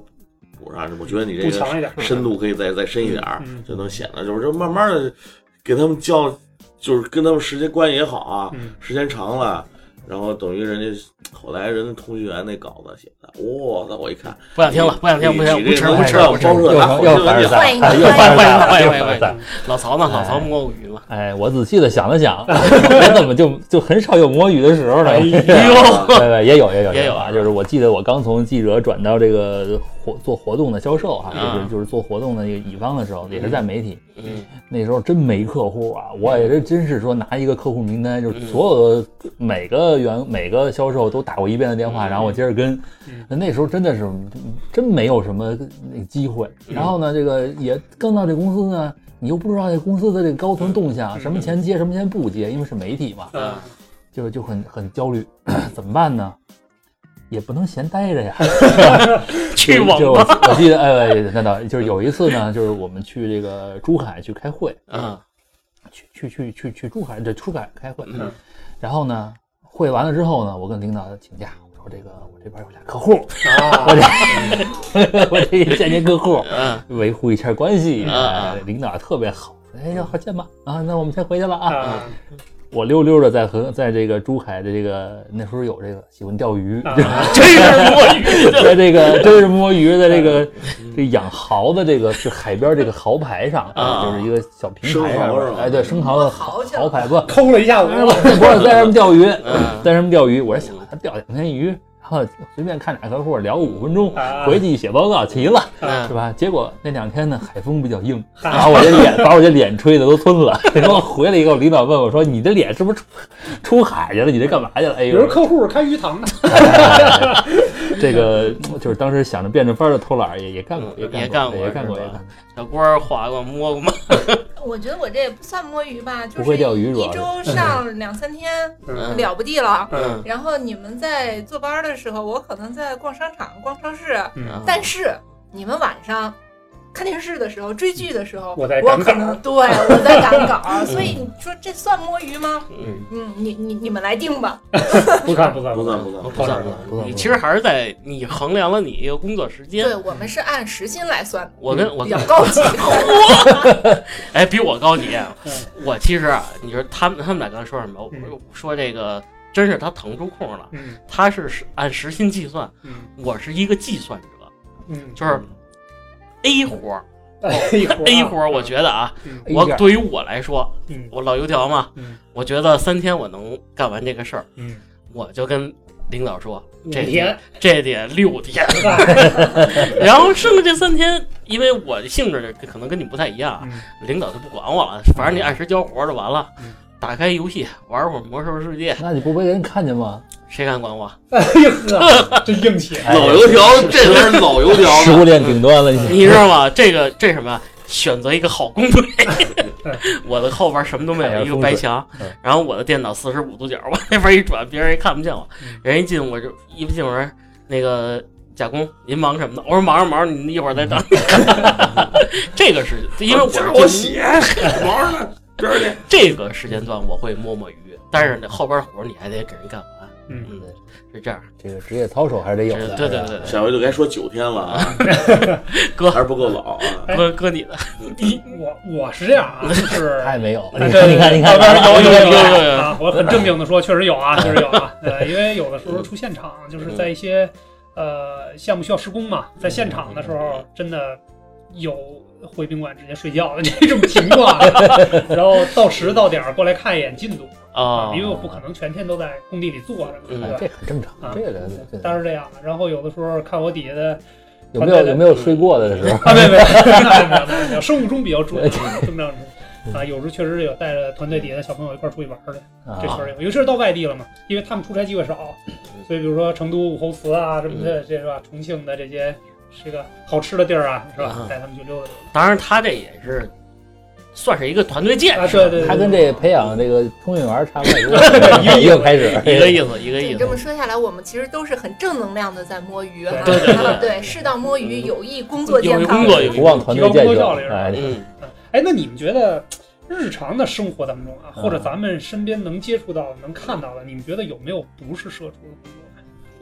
补上。我觉得你这补强个一点。深度可以再再深一点儿嗯，就能显得就是就慢慢的给他们教，就是跟他们时间关系也好啊，嗯时间长了。然后等于人家后来人家通讯员那稿子写的，我、操！我一看哎不想听了，不想听，不想听，无耻无耻无耻。又又凡尔赛，又凡尔赛，又凡尔赛。老曹哎呢？老曹摸过鱼吗？哎，我仔细的想了想，我怎么就就很少有摸鱼的时候呢？哎呦，对对，也有也有也有啊啊，就是我记得我刚从记者转到这个活做活动的销售啊，啊就是就是做活动的那个乙方的时候，也是在媒体，嗯那时候真没客户啊，我也是真是说拿一个客户名单，就是嗯所有的每个员每个销售都打过一遍的电话，嗯然后我接着跟。那时候真的是真没有什么那个机会。嗯然后呢，这个也刚到这公司呢，你又不知道这公司的这个高层动嗯向，什么钱接，什么钱不接，因为是媒体嘛，嗯就就很很焦虑， (clears throat) 怎么办呢？也不能闲待着呀， (laughs) 去网就我吧。我记得，哎，那倒就是有一次呢，就是我们去这个珠海去开会，嗯去去去去去珠海，这珠海开会，嗯然后呢，会完了之后呢，我跟领导请假，我说这个我这边有俩客户，啊，我这 (laughs) 也见见客户，嗯维护一下关系。啊哎领导特别好，说哎呀，好见吧啊，那我们先回去了啊。啊我溜溜的在和在这个珠海的这个那时候有这个喜欢钓鱼，啊，真是摸鱼的。 (laughs) 在这个真是摸鱼的这个这养蚝的这个是海边这个蚝牌上，啊就是一个小平台生蚝是上，吧哎对，生蚝的蚝蚝去 (laughs) 了蚝牌不。 (laughs) 抠了一下午 (laughs) 不是在这儿钓鱼，嗯在这儿钓鱼。我说想他钓两天鱼，然后随便看俩客户聊五分钟，啊回去一写报告齐了，嗯是吧？结果那两天呢，海风比较硬，把我这 (laughs) 脸把我这脸吹的都吞了。然后回来以后，领导问我说：“你这脸是不是出出海去了？你这干嘛去了？”哎比呦哎如，客户是开鱼塘的，这个就是当时想着变着法儿的偷懒儿，也也干过，嗯也也干干过，过也干过，是也吧小干过。官儿划过摸过吗？我觉得我这也不算摸鱼吧，就是不会钓鱼主一要是周上两三天嗯了不地了。嗯，然后你们在坐班儿的时候，我可能在逛商场、逛超市，嗯但是你们晚上看电视的时候、追剧的时候，我在赶我稿可能对我在赶稿， (laughs) 所以你说这算摸鱼吗？嗯，嗯，你你你们来定吧。不算不算不算，算不算，不算不算你其实还是在你衡量了你一个工作时间对。我嗯们是按时薪来算的，我跟 (laughs) 我比跟较高级。哎，比我高级嗯。我其实啊，你说他们他们俩刚才说什么？我嗯我说这个真是他腾出空了，嗯他是是按时薪计算，嗯我是一个计算者，嗯就是 A 活 (laughs) 儿 A A 活儿，我觉得啊，嗯哎我呀对于我来说，嗯我老油条嘛，嗯我觉得三天我能干完这个事儿，嗯，哎我就跟领导说五这天得这得六 (laughs) 天，然后剩下这三天，因为我的性质可能跟你不太一样啊，嗯领导就不管我了，反正你按时交活儿就完了嗯。打开游戏玩会儿《魔兽世界》，那你不被人看见吗？谁敢管我？哎呀呵，真硬气，哎老油条，这边是老油食条物呢，链顶端了，你 (laughs) 你知道吗？这个这什么呀？啊选择一个好 (laughs) 工队对，我的后边什么都没有，海洋一个风白水墙嗯，然后我的电脑四十五度角，往那边一转，别人也看不见我嗯。人一进我就一进门，那个贾工，您忙什么呢？我说忙着忙着，您一会儿 (laughs) 再找。 (laughs) 这个是因为我这是是我进 (laughs) 写，玩呢，这儿呢，这个时间段我会摸摸鱼，但是那后边活儿你还得给人干完。嗯嗯，是这样。这个职业操守还是得有是的。对对是吧对对下回就该说九天了啊， (laughs) 哥还是不够老啊，哥哥你的，你我我是这样啊， (laughs) 就是他也没有。你啊看，对你看，你看，啊不是有有有有有有有啊！我很正经的说，确实有啊，确实有啊。呃，因为有的时候出现场，就是在一些呃项目需要施工嘛，在现场的时候，真的有回宾馆直接睡觉的这种情况，然后到时到点儿过来看一眼进度啊，因为我不可能全天都在工地里坐着嘛，嗯对吧这很正常啊，这个这当个然这样，然后有的时候看我底下的有没有有没有睡过的时候？啊，没有没有，那没有没有没有，生物钟比较准，这么着啊，有时候确实有带着团队底下的小朋友一块儿出去玩儿的。这事啊，儿有，尤其是到外地了嘛，因为他们出差机会少，所以比如说成都武侯祠啊什么的，这是吧？重庆的这些这个好吃的地儿啊，是吧嗯？带他们去溜达溜当然他这也是算是一个团队建达。啊，设，对对对，他跟这培养这个通讯员差 (laughs) (laughs) 不太多，一个又开始一 (laughs) 个意 (laughs) 思，一个对意你思。这么说下来，我们其实都是很正能量的在摸鱼哈。对对对对 (laughs) 对，适当摸鱼有益工作健有益康。工作有益不忘团队建提高工作效率设是。吧哎，嗯哎，那你们觉得日常的生活当中啊，嗯或者咱们身边能接触到、能看到的，你们觉得有没有不是社畜的工作？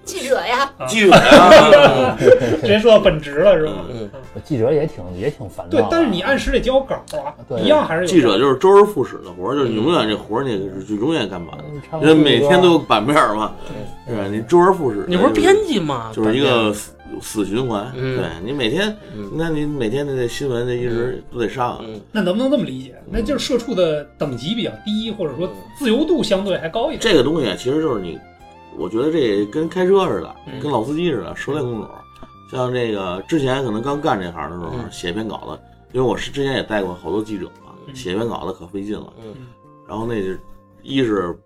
记者呀， (laughs) 记者啊，直 (laughs) 接说到本职了是吧？嗯，哎记者也挺也挺烦躁对的。，但是你按时得交稿啊，啊对一样还是有 (laughs) 记者就是周而复始的活儿，就是永远这活儿你是永远干嘛的，因为每天都有版面儿嘛，是吧？你周而复始，你不是编辑吗？就是一个死死循环，嗯对你每天，嗯那你每天的这新闻这一直都得上，嗯，那能不能这么理解？那就是社畜的等级比较低，或者说自由度相对还高一点。这个东西啊其实就是你，我觉得这跟开车似的，嗯跟老司机似的，熟练工种。像这个之前可能刚干这行的时候，嗯写篇稿子，因为我是之前也带过好多记者嘛，嗯写篇稿子可费劲了。嗯然后那就一是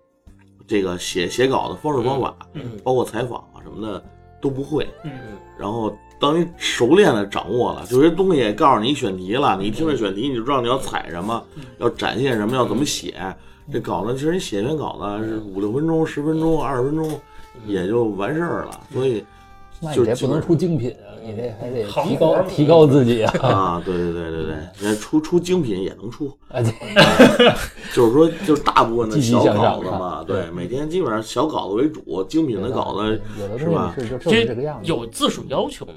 这个写写稿的方式方法，嗯包括采访啊什么的都不会。嗯然后当你熟练的掌握了，就这东西也告诉你选题了，你一听这选题，你就知道你要采什么嗯，要展现什么，要怎么写。这稿子其实你写篇稿子是五六分钟、十分钟、二十分钟也就完事儿了，所 (laughs) 以那就你是这基不本能出精品啊，你这还得行提活高嘛提高自己啊！啊，对对对对对，人家出出精品也能出，哎 (laughs) 对就是说就是大部分的积极小向上稿子嘛，看对，每天基本上小稿子为主，精品的稿子有的是吧东西是就这是这个样子。有自主要求吗？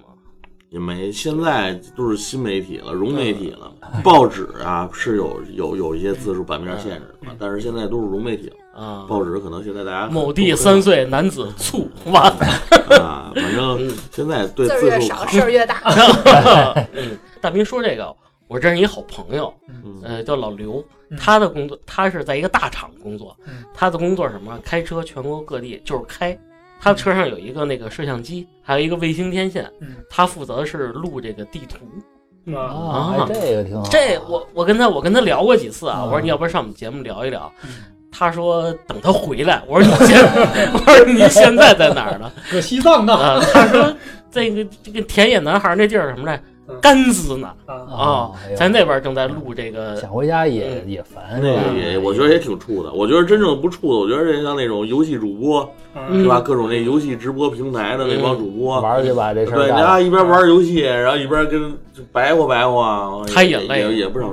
也没，现在都是新媒体了，融媒体了，报纸啊是有有有一些字数版面限制的嘛，但是现在都是融媒体了，啊，报纸可能现在大家某地三岁男子醋 (laughs) 哇，啊，反正现在对字儿字越数少，事儿越大。嗯，大斌说这个，我认识一好朋友，嗯呃，叫老刘嗯，他的工作他是在一个大厂工作嗯，他的工作是什么？开车全国各地，就是开，他车上有一个那个摄像机，还有一个卫星天线嗯，他负责的是录这个地图。啊，啊，啊还这个挺好。这我我跟他我跟他聊过几次啊，嗯我说你要不然上我们节目聊一聊嗯。他说等他回来，我说你现 (laughs) 我说你现在在哪儿 (laughs) 呢？搁西藏呢啊，他说这个这个田野男孩那地儿什么来嗯，甘孜呢，啊，啊哎呦在那边正在录这个想回家也嗯也烦，那个也，我觉得也挺怵的。我觉得真正不怵的，我觉得人像那种游戏主播，嗯是吧？各种那游戏直播平台的那帮主播，玩儿去吧，这事对，儿人干了。家一边玩游戏，然后一边跟就白活白活啊，他也也累也也不少。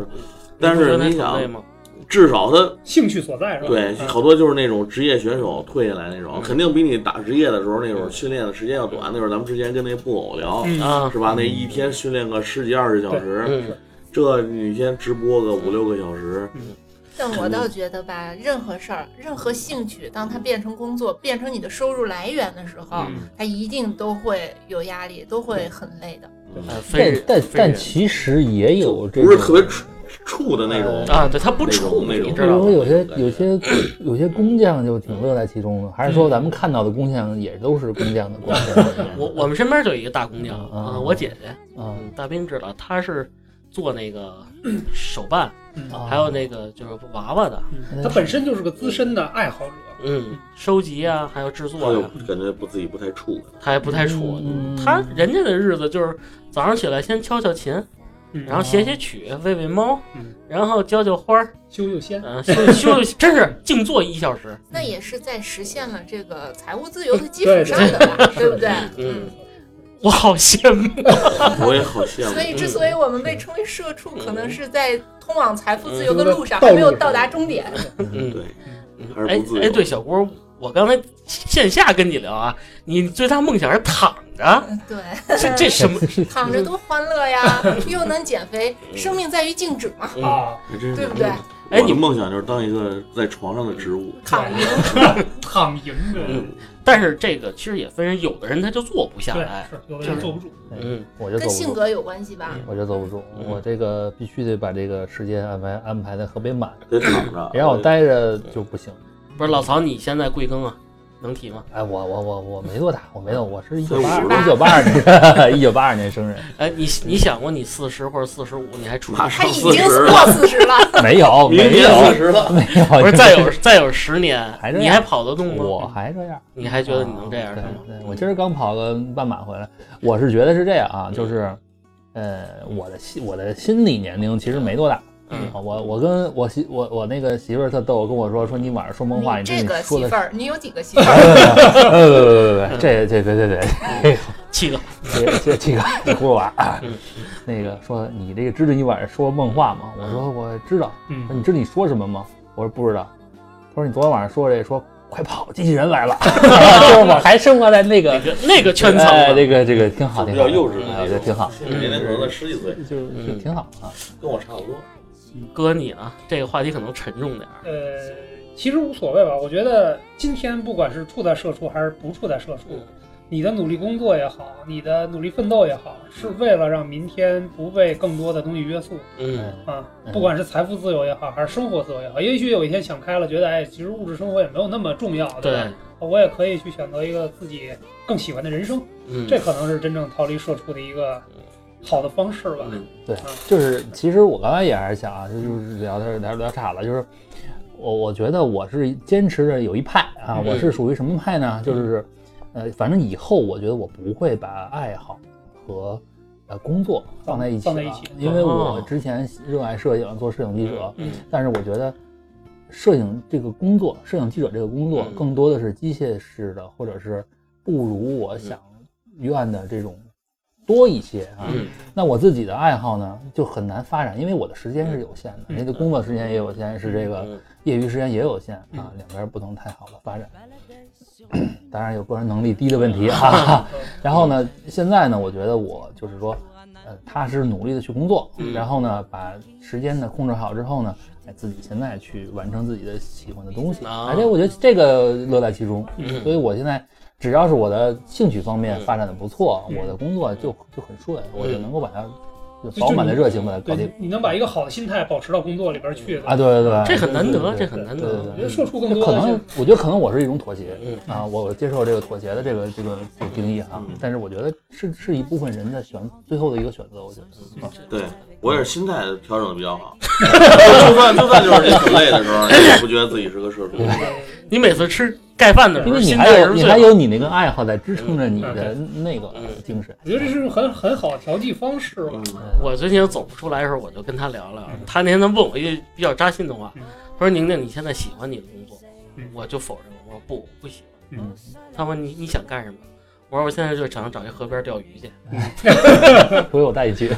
但是你你不觉得他很累想，吗？至少他兴趣所在是吧？对嗯好多就是那种职业选手退下来那种嗯，肯定比你打职业的时候那种嗯训练的时间要短。那会儿咱们之前跟那布偶聊，嗯啊，是吧？那一天训练个十几二十小时，嗯，这你先直播个五六个小时，嗯但我倒觉得吧，任何事儿、任何兴趣，当它变成工作、变成你的收入来源的时候，嗯它一定都会有压力，都会很累的。呃非但是但非但是其实也有这不是种特别怵怵的那种嗯啊，对他不那怵种那你种知比道如吗说？有些感觉有些 (clears throat) 有些工匠就挺乐在其中的，还是说咱们看到的工匠也都是工匠的工我我们身边就有一个大姑娘啊，嗯我姐姐，匠啊嗯，大兵知道，她是做那 (clears throat) 个手办，嗯啊？还有那个就是娃娃的，嗯他本身就是个资深的爱好者，嗯，收集啊，还有制他作就呀、感觉不自己不太怵。她还不太怵。嗯她人家的日子就是早上起来先敲敲琴，嗯然后写写曲，喂喂猫嗯，然后浇浇花儿，修修仙，嗯，修 (laughs) 修，真是静坐一小时，那也是在实现了这个财务自由的基对础上的吧，对不对？嗯，我好羡慕。我也好羡慕嗯所。以，之所以我们被称为社畜，可能是在通往财富自由的路上嗯还没有到达终点。嗯，对，嗯还是哎不自由哎，对，小郭，我刚才线下跟你聊啊，你最大梦想是躺着，嗯对，这这什么？躺着多欢乐 (laughs) 呀，又能减肥，生命在于静止嘛， (laughs) 嗯啊，还真是对不对？哎我你的梦想就是当一个在床上的植物。躺赢。躺赢的，嗯，但是这个其实也分人，有的人他就坐不下对，来，是有的人坐不住，嗯， (laughs) 我就跟性坐不住，格有关系吧？我就坐不住，嗯我这个必须得把这个时间安排安排的特别满，得躺着，别让我待着就不行。不是老曹，你现在贵庚啊？能提吗？哎，我我我我没多大，我没多，我是一九八55一九八二年 (laughs) 一九八二年生人，哎，你你想过你四十或者四十五，你还处马他上已四经十过四十了，没有明没年有四十了，没有，不是再有再有十年 (laughs) 还，这样你还跑得动吗？我还这样。啊你还觉得你能这样是对吗？对，我今儿刚跑个半马回来，我是觉得是这样嗯啊，就是，呃，我的心我的心理年龄其实没多大。嗯啊，我我跟我媳我我那个媳妇儿特逗，跟我说说你晚上说梦话，你你这你个说媳的妇儿，啊你有几个 (laughs) 媳妇儿？呃，这这这这气个这这这个这葫芦娃啊嗯，那个说你这个知道你晚上说梦话吗？我嗯说我知道。说嗯，你知道你说什么吗？我说不知道。他说你昨天晚上说这说快跑，机器人来了， (laughs) 就是我还生活在那个那个那个圈层哎，这的，个这个挺好，比挺较好，幼稚的哎那我觉得种，挺好，现在年龄可能在十几岁，就就嗯挺好啊。跟我差不多。哥你呢？这个话题可能沉重点儿。呃，其实无所谓吧，我觉得今天不管是处在社畜还是不处在社畜嗯。你的努力工作也好，你的努力奋斗也好，是为了让明天不被更多的东西约束嗯啊嗯！不管是财富自由也好，还是生活自由也好，也许有一天想开了，觉得哎，其实物质生活也没有那么重要，哎对吧？对，我也可以去选择一个自己更喜欢的人生，嗯，这可能是真正逃离社畜的一个好的方式吧。嗯对，就是其实我刚才也还是想啊，就就是聊天聊聊岔了，就是我我觉得我是坚持着有一派啊，嗯我是属于什么派呢？就是呃，反正以后我觉得我不会把爱好和呃工作放在一起放在一了起，因为我哦之前热爱摄影，做摄影记者，嗯但是我觉得。摄影这个工作，摄影记者这个工作嗯，更多的是机械式的，或者是不如嗯我想愿的这种多一些啊。嗯那我自己的爱好呢，就很难发展，因为我的时间是有限的，嗯人家工作时间也有限，是这个嗯业余时间也有限嗯啊，两边不能太好的发展。当然有个人能力低的问题啊。嗯 (laughs) 然后呢，现在呢，我觉得我就是说，呃，踏实努力的去工作，嗯然后呢，把时间呢控制好之后呢，哎，自己现在去完成自己的喜欢的东西，啊而且我觉得哎这个乐在其中，嗯所以我现在。只要是我的兴趣方面嗯发展的不错，嗯我的工作就就很顺，我就能够把它就饱满的热情把它搞定嗯对，你能把一个好的心态保持到工作里边去啊！对对对，这很难得，对这很难对对得对。我觉得说出更这多可的能是，我觉得可能我是一种妥协嗯啊，我我接受这个妥协的这个这个这个定义哈嗯，但是我觉得是是一部分人的选最后的一个选择，我觉得啊，对我也是心态调整的比较 (laughs) 好，就算就算就是你很累的时候，你也不觉得自己是个社畜。你每次吃盖饭的时因候，为你心还态有是你最还好有你那个爱好在支撑着你的那个嗯精神，我觉得这是种很很好的调剂方式吧。嗯我最近走不出来的时候，我就跟他聊聊。他那天他问我一句比较扎心的话嗯，他说：“宁宁，你现在喜欢你的工作嗯？”我就否认，我说：“不，我不喜欢。嗯”他问你你想干什么？我说：“我现在就想找一河边钓鱼 (laughs) 去。所以我带你去，”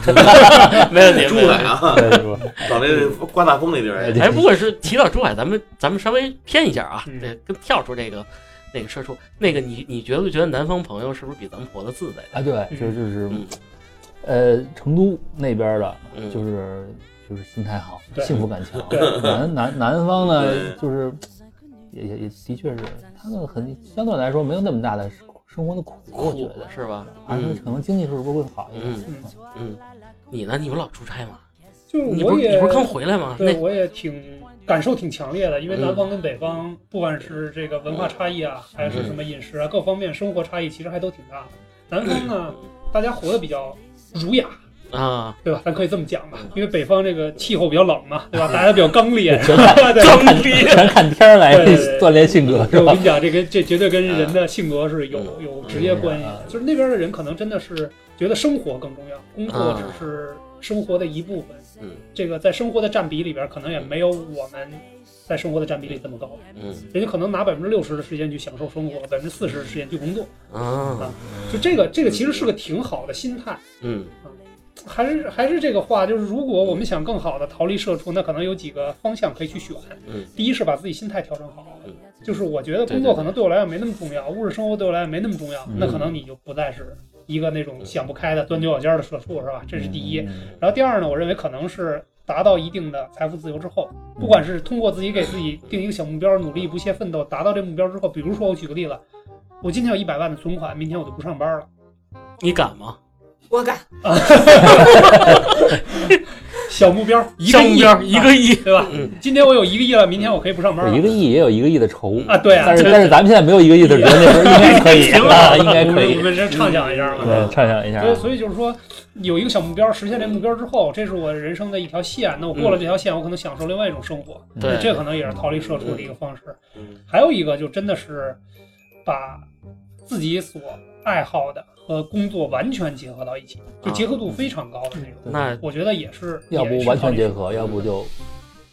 没问题，珠没问海题。啊，对是吧找那刮大风那地儿，哎，不过是提到珠海，咱们咱们稍微偏一下啊，嗯这跟跳出这个那个社畜，那个你你觉不觉得南方朋友是不是比咱们活得自在？啊，对，就是就是嗯，呃，成都那边的嗯，就是就是心态好，对幸福感强对。南南南方呢对，就是也也也的确是，他们很相对来说没有那么大的生生活的苦，我觉酷得是吧？啊，嗯可能经济是不是会好一点？嗯嗯，你呢？你不老出差吗？就是你我不是也你不是刚回来吗？那对，我也挺感受挺强烈的，因为南方跟北嗯方，不管是这个文化差异啊，还是什么饮食啊，各方面生活差异，其实还都挺大的。南方呢，嗯大家活得比较儒雅，啊，对吧？咱可以这么讲吧，因为北方这个气候比较冷嘛，对吧？大家比较刚烈， (laughs) 对 (laughs) 刚吧。烈全看天儿来对对对锻炼性格对是我吧跟？你讲，这跟这绝对跟人的性格是有有直接关系的嗯。就是那边的人可能真的是觉得生活更重要，工作只嗯是生活的一部分。嗯这个在生活的占比里边，可能也没有我们在生活的占比里这么高。嗯人家可能拿百分之六十的时间去享受生活，百分之四十的时间去工作，啊就这个这个其实是个挺好的心态。嗯还是还是这个话，就是如果我们想更好的逃离社畜，那可能有几个方向可以去选。嗯第一是把自己心态调整好嗯，就是我觉得工对对作对可能对我来讲没那么重要，物质生活对我来讲没那么重要，嗯那可能你就不再是一个那种想不开的钻牛角尖的社畜，是吧？这是第一。嗯然后第二呢，我认为可能是达到一定的财富自由之后，不管是通过自己给自己定一个小目标，努力不懈奋斗，达到这目标之后，比如说我举个例子，我今天有一百万的存款，明天我就不上班了，你敢吗？我敢，小目标一个项目亿，啊标一个啊亿，对吧？嗯今天我有一个亿了，明天我可以不上班了。一个亿也有一个亿的愁啊，对啊，但是这但是咱们现在没有一个亿的时候，那时候应该 (laughs) 可以啊， (laughs) 应该我可们我以。们这畅想一下嘛。对，畅想一下啊嗯所以，所以就是说，有一个小目标，实现这目标之后，这是我人生的一条线。那我过了这条线，我可能享受另外一种生活。嗯对这可能也是逃离社畜的一个方式。嗯还有一个就真的是把自己所爱好的和工作完全结合到一起，就结合度非常高的那种。那我觉得也是，嗯要也不是完全逃离结合，要不就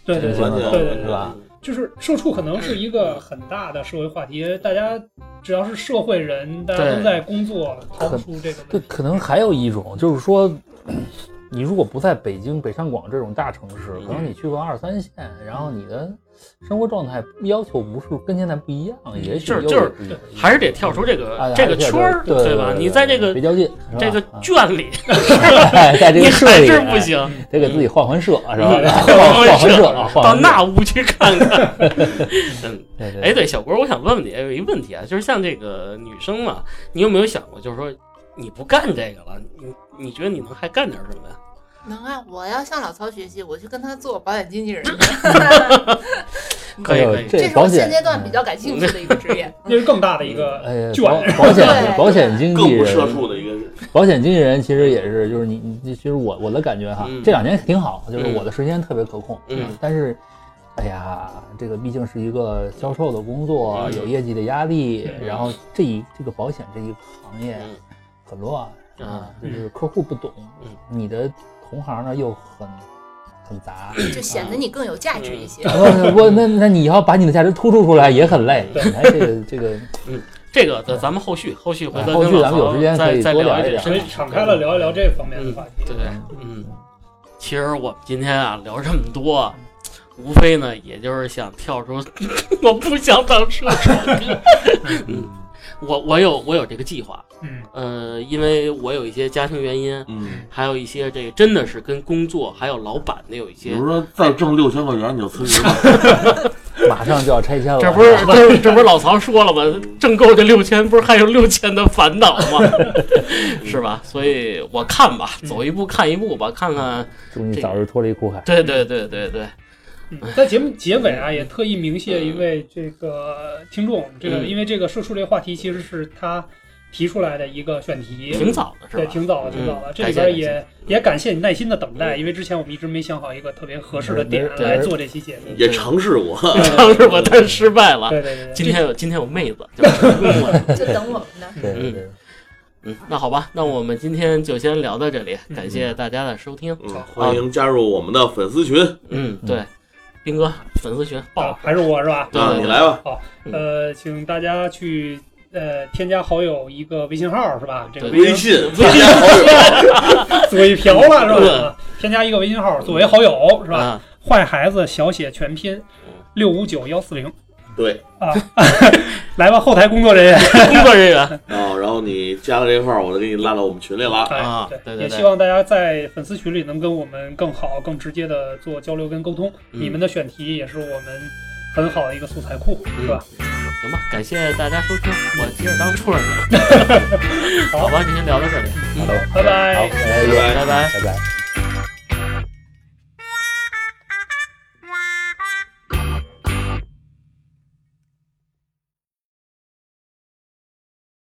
对对对这个完对结全合对对，是吧？就是社畜可能是一个很大的社会话题，大家只要是社会人，大家对都在工作，逃不出这个这问题。可能还有一种，就是说， (clears throat) 你如果不在北京、北上广这种大城嗯市，可能你去个二三线，然后你的生活状态要求不是跟现在不一样，嗯也许就是又就是有还是得跳出这哎个呀这个圈儿，对对吧？对你在这个别较劲，这个是吧圈里，啊在 (laughs) 这你个社还里是不行。 (laughs) 得给自己换换社，是吧？ (laughs) 嗯换换 (laughs) 社啊，换到换社。那屋去看 (laughs) 看。嗯，对对哎，对，小郭，我想问问你有一问题啊，就是像这个女生嘛，你有没有想过，就是说你不干这个了，你你觉得你能还干点什么呀？能啊！我要向老曹学习，我去跟他做保险经 (laughs) 纪人，可以可以，这这是我保险现阶段比较感兴趣的一个职 (laughs) 业。这是更大的一个，哎呀，卷 (laughs) 保保险对保险经纪更不人，社畜的一个保险经纪人其实也是，就是你你其实我我的感觉哈，嗯这两年挺好，就是嗯我的时间特别可控，嗯，但是，哎呀，这个毕竟是一个销售的工作，嗯有业绩的压力，嗯然后这一这个保险这一个行业嗯很乱嗯啊，就是客户不懂嗯，你的同行呢又很很 (clears throat) 杂，啊就显得你更有价值 (laughs) 一些。不不，那那你要把你的价值突出出来也很累，嗯哎，这个这个，这个咱咱们后续后续回头哎后跟续老咱们有曹时间可再以再多聊聊一点聊所深以入敞开了聊一聊这方面的话题。对，嗯，其实我们今天啊聊这么多，无非 (laughs) 呢也就是想跳出，我不想当社畜。嗯，我我有我有这个计划，嗯呃，因为我有一些家庭原因，嗯，还有一些这个真的是跟工作还有老板的有一比些如说再挣六千块钱你就辞职吧，马上就要拆迁了。啊这不是这这不是老曹说了吗？挣够这六千，不是还有六千的烦恼吗？ (laughs) 是吧？所以我看吧，走一步看一步吧，看看。祝你早日脱离苦海。对对对对对，嗯，在节目结尾啊，也特意鸣谢一位这个听众，这个嗯因为这个社畜这个话题其实是他提出来的一个选题，挺早的是对，吧？挺早的，嗯挺早的。这感里谢感边也也感谢你耐心的等待，因为之前我们一直没想好一个特别合适的点对来做这期节目。也尝试过。嗯 (laughs) 当时我但是失败了。对对对对，今天有今天有妹 (laughs) 子，就是成功了。就等我们呢。对对对，嗯，那好吧，那我们今天就先聊到这里，感谢大家的收听。嗯，欢迎加入我们的粉丝群，嗯，对，斌哥粉丝群啊 (laughs) 爆，还是我是吧？对啊，对你对来吧，嗯呃，请大家去呃添加好友一个微信号是吧？这个对微 (laughs) 微信， (laughs) 微信嘴瓢了是吧？嗯添加一个微信号作为好友是吧？啊，坏孩子小写全嗯拼六五九幺四零，对来吧，后台工作人员。工作人嗯员啊，然后你加了这号，我就给你拉到我们群里了。啊哎对对也对希望大家在粉丝群里能跟我们更好、更直接的做交流跟沟通。嗯你们的选题也是我们很好的一个素材库，是吧？行吧，感谢大家收听，我接着当畜 (laughs) 生去了。好吧，今天聊到这里，好的，拜拜好，大家拜见拜拜拜。拜拜。